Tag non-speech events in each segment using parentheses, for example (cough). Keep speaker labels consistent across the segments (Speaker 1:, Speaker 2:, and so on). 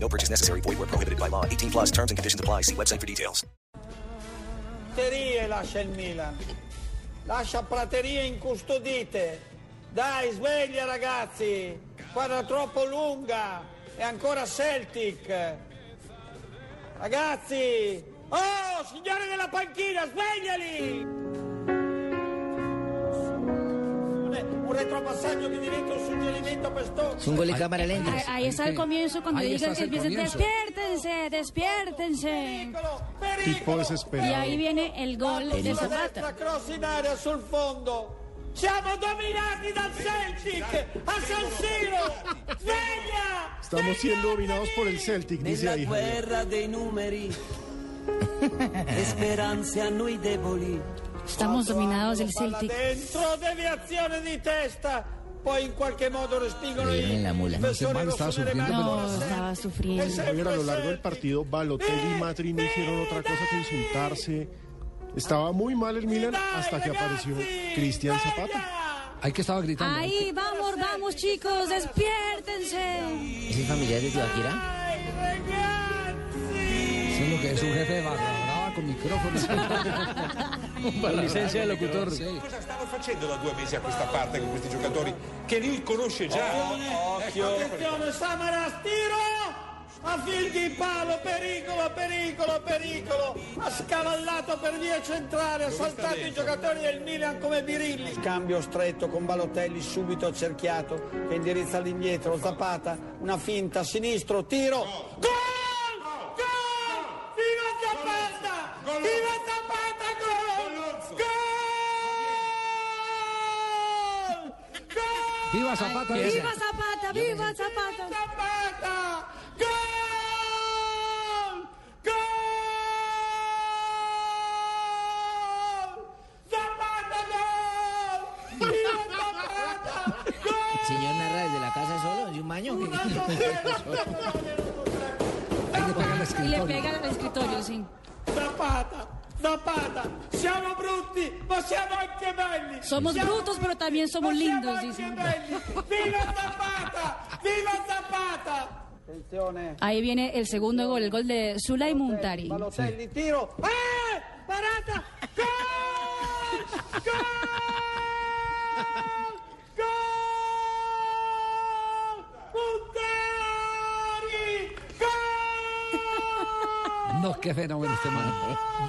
Speaker 1: No purchase necessary. Void where prohibited by law. 18 plus terms and conditions apply. See website for details.
Speaker 2: Praterie lascia il Milan. Lascia praterie incustodite. Dai, sveglia ragazzi. Squadra troppo lunga. E ancora Celtic. Ragazzi. Oh, signore della panchina, svegliali! Un un retropassaggio mi diventa un suggerimento per Stocca.
Speaker 3: Es un gol de cámara lenta.
Speaker 4: Ahí, ahí está el comienzo cuando
Speaker 5: Ahí
Speaker 4: digan
Speaker 5: estás
Speaker 4: que
Speaker 5: el
Speaker 4: empiecen,
Speaker 5: comienzo.
Speaker 4: despiértense, despiértense.
Speaker 2: Pericolo,
Speaker 5: Tipo
Speaker 2: pericolo.
Speaker 4: Y
Speaker 5: desesperado.
Speaker 4: ahí viene el gol de
Speaker 2: Sulla
Speaker 4: Zapata.
Speaker 2: destra cross in area sul fondo. Siamo dominati dal Celtic a San Siro. Sveglia!
Speaker 5: Estamos siendo dominados por el Celtic, dice
Speaker 6: Nella
Speaker 5: ahí. Javier.
Speaker 6: guerra dei numeri, le speranze a noi deboli.
Speaker 4: Estamos dominados del
Speaker 2: Palla
Speaker 4: Celtic.
Speaker 2: dentro, deviazione di testa. Poi in qualche modo respingono
Speaker 3: Bene,
Speaker 2: i
Speaker 3: la mula.
Speaker 2: difensori
Speaker 3: No,
Speaker 5: ese man estaba
Speaker 2: rossoneri,
Speaker 5: sufriendo,
Speaker 2: ma
Speaker 5: pero-
Speaker 2: ancora
Speaker 4: No, estaba
Speaker 2: Celtic. E
Speaker 4: sufriendo.
Speaker 2: sempre
Speaker 5: Javier, a lo largo del
Speaker 2: Celtic.
Speaker 5: partido, Balotelli y Matri no hicieron otra cosa que insultarse. Estaba muy mal el Milan
Speaker 2: Dai,
Speaker 5: hasta que apareció
Speaker 2: ragazzi,
Speaker 5: Cristian Zapata.
Speaker 2: sveglia!
Speaker 7: Hay que estaba gritando.
Speaker 4: Ahí, vamos, vamos, chicos, despiértense.
Speaker 3: ¿Es el familiar de Tibaquira?
Speaker 2: Dai, ragazzi!
Speaker 7: Sí, lo que es un jefe de barra brava con
Speaker 4: (laughs)
Speaker 7: micrófono. con licencia de locutor. Sí.
Speaker 8: Cosa stanno facendo da due mesi a questa parte con questi giocatori che lui conosce già?
Speaker 2: Oh. Attenzione, Samaras, tiro! A fil di palo, pericolo, pericolo, pericolo! Ha scavallato per via centrale, ha saltato i giocatori del Milan come birilli. Scambio stretto con Balotelli, subito accerchiato, che indirizza all'indietro, Zapata, una finta, sinistro, tiro! Gol! Gol! Viva Zapata! Viva Zapata, gol! Gol! Gol!
Speaker 7: ¡Viva Zapata!
Speaker 4: ¡Viva Zapata, viva Zapata!
Speaker 2: Zapata! ¡Gol! ¡Gol! ¡Zapata, gol! ¡Viva Zapata!
Speaker 3: ¿El señor narra desde la casa solo? ¿De un baño? (laughs)
Speaker 7: Hay que pegarle al
Speaker 4: Y le
Speaker 7: escritorio.
Speaker 4: pega al escritorio, sí.
Speaker 2: Zapata! Zapata! Siamo brutti, ma siamo anche belli!
Speaker 4: Somos
Speaker 2: Siamo-
Speaker 4: brutos, pero también
Speaker 2: ma
Speaker 4: somos
Speaker 2: siamo
Speaker 4: lindos,
Speaker 2: anche
Speaker 4: dicen.
Speaker 2: belli! ¡Viva Zapata! ¡Viva Zapata! Attenzione!
Speaker 4: Ahí viene el segundo gol, el gol de Zulay Muntari.
Speaker 2: Balotelli, tiro. Eh! Parata! Gol! Gol! Gol! Puntari! Gol!
Speaker 7: No, qué fenómeno este man.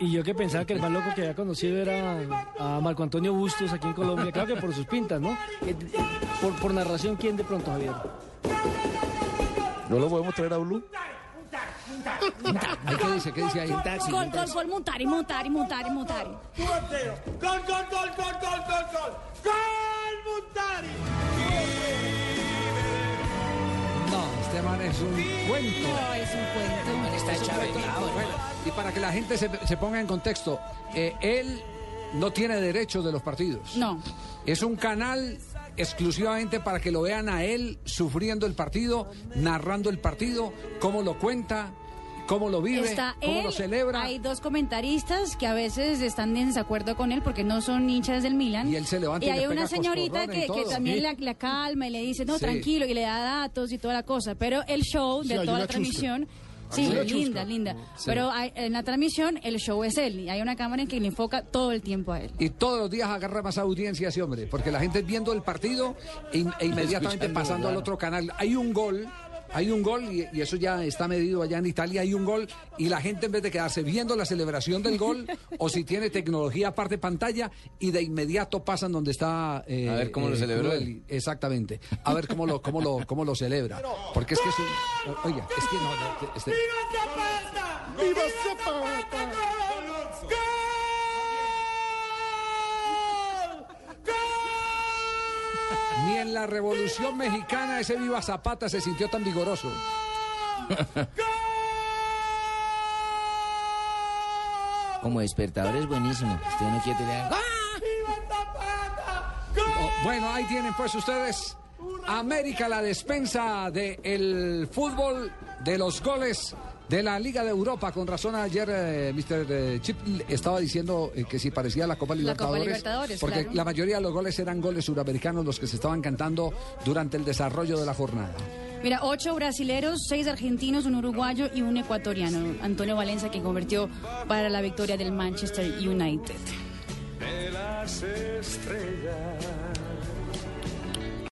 Speaker 9: Y yo que pensaba que el más loco que había conocido era a Marco Antonio Bustos aquí en Colombia, claro que por sus pintas, ¿no? Eh, Por, por narración, ¿quién de pronto, Javier?
Speaker 5: ¿No lo podemos traer a Blue?
Speaker 7: Ahí, ¿Qué dice? ¿Qué dice ahí?
Speaker 3: Taxi.
Speaker 4: Gol, gol, gol, Muntari, Muntari, Muntari, Muntari.
Speaker 2: 2-0. Gol, gol, gol, gol, gol, gol, gol! Gol, Puntari!
Speaker 7: No, este man es un cuento.
Speaker 3: No, es un cuento. man, Está chavetado,
Speaker 7: Ah, Bueno, y para que la gente se, se ponga en contexto, eh, él no tiene derechos de los partidos.
Speaker 4: No.
Speaker 7: Es un canal exclusivamente para que lo vean a él sufriendo el partido, narrando el partido, cómo lo cuenta, cómo lo vive,
Speaker 4: Está
Speaker 7: cómo
Speaker 4: él,
Speaker 7: lo celebra.
Speaker 4: Hay dos comentaristas que a veces están en desacuerdo con él porque no son hinchas del Milan.
Speaker 7: Y él se levanta y
Speaker 4: hay
Speaker 7: le pega
Speaker 4: una señorita
Speaker 7: coscorrón en
Speaker 4: que, que
Speaker 7: todo.
Speaker 4: también
Speaker 7: Sí.
Speaker 4: la, la calma y le dice, no,
Speaker 7: Sí.
Speaker 4: tranquilo, y le da datos y toda la cosa. Pero el show
Speaker 5: Sí,
Speaker 4: de
Speaker 5: hay
Speaker 4: toda
Speaker 5: una
Speaker 4: la
Speaker 5: chusca.
Speaker 4: transmisión.
Speaker 5: Hay
Speaker 4: Sí,
Speaker 5: una
Speaker 4: linda,
Speaker 5: chusca.
Speaker 4: linda.
Speaker 7: Sí.
Speaker 4: Pero hay- en la transmisión el show es él. Y hay una cámara en que le enfoca todo el tiempo a él.
Speaker 7: Y todos los días agarra más audiencia ese hombre, porque la gente viendo el partido e, in- e inmediatamente
Speaker 3: Escuchando,
Speaker 7: pasando al
Speaker 3: claro.
Speaker 7: otro canal. Hay un gol, hay un gol, y, y eso ya está medido allá en Italia, hay un gol, y la gente en vez de quedarse viendo la celebración
Speaker 3: (laughs)
Speaker 7: del gol, o si tiene tecnología aparte pantalla, y de inmediato pasan donde está... eh,
Speaker 3: A ver cómo lo
Speaker 7: eh,
Speaker 3: celebró
Speaker 7: Cruel.
Speaker 3: él.
Speaker 7: Exactamente, a ver cómo lo, cómo lo, cómo lo celebra. Porque es que es un- Oiga, es que no, no, este-
Speaker 2: ¡Viva Zapata!
Speaker 5: ¡Viva Zapata!
Speaker 2: ¡Gol! ¡Gol!
Speaker 7: ni en la Revolución Mexicana ese Viva Zapata se sintió tan vigoroso.
Speaker 2: ¡Gol!
Speaker 3: como despertador es buenísimo. Usted no quiere tener... ¡Ah!
Speaker 7: Oh, bueno, ahí tienen pues ustedes. América la despensa del fútbol, de los goles de la Liga de Europa. Con razón ayer eh, Mr. eh, Chip estaba diciendo eh, que si parecía la Copa
Speaker 4: La Copa
Speaker 7: Libertadores.
Speaker 4: Libertadores,
Speaker 7: porque
Speaker 4: claro.
Speaker 7: la mayoría de los goles eran goles suramericanos los que se estaban cantando durante el desarrollo de la jornada.
Speaker 4: Mira, ocho brasileros, seis argentinos, un uruguayo y un ecuatoriano. Antonio Valencia que convirtió para la victoria del Manchester United.
Speaker 10: de las estrellas.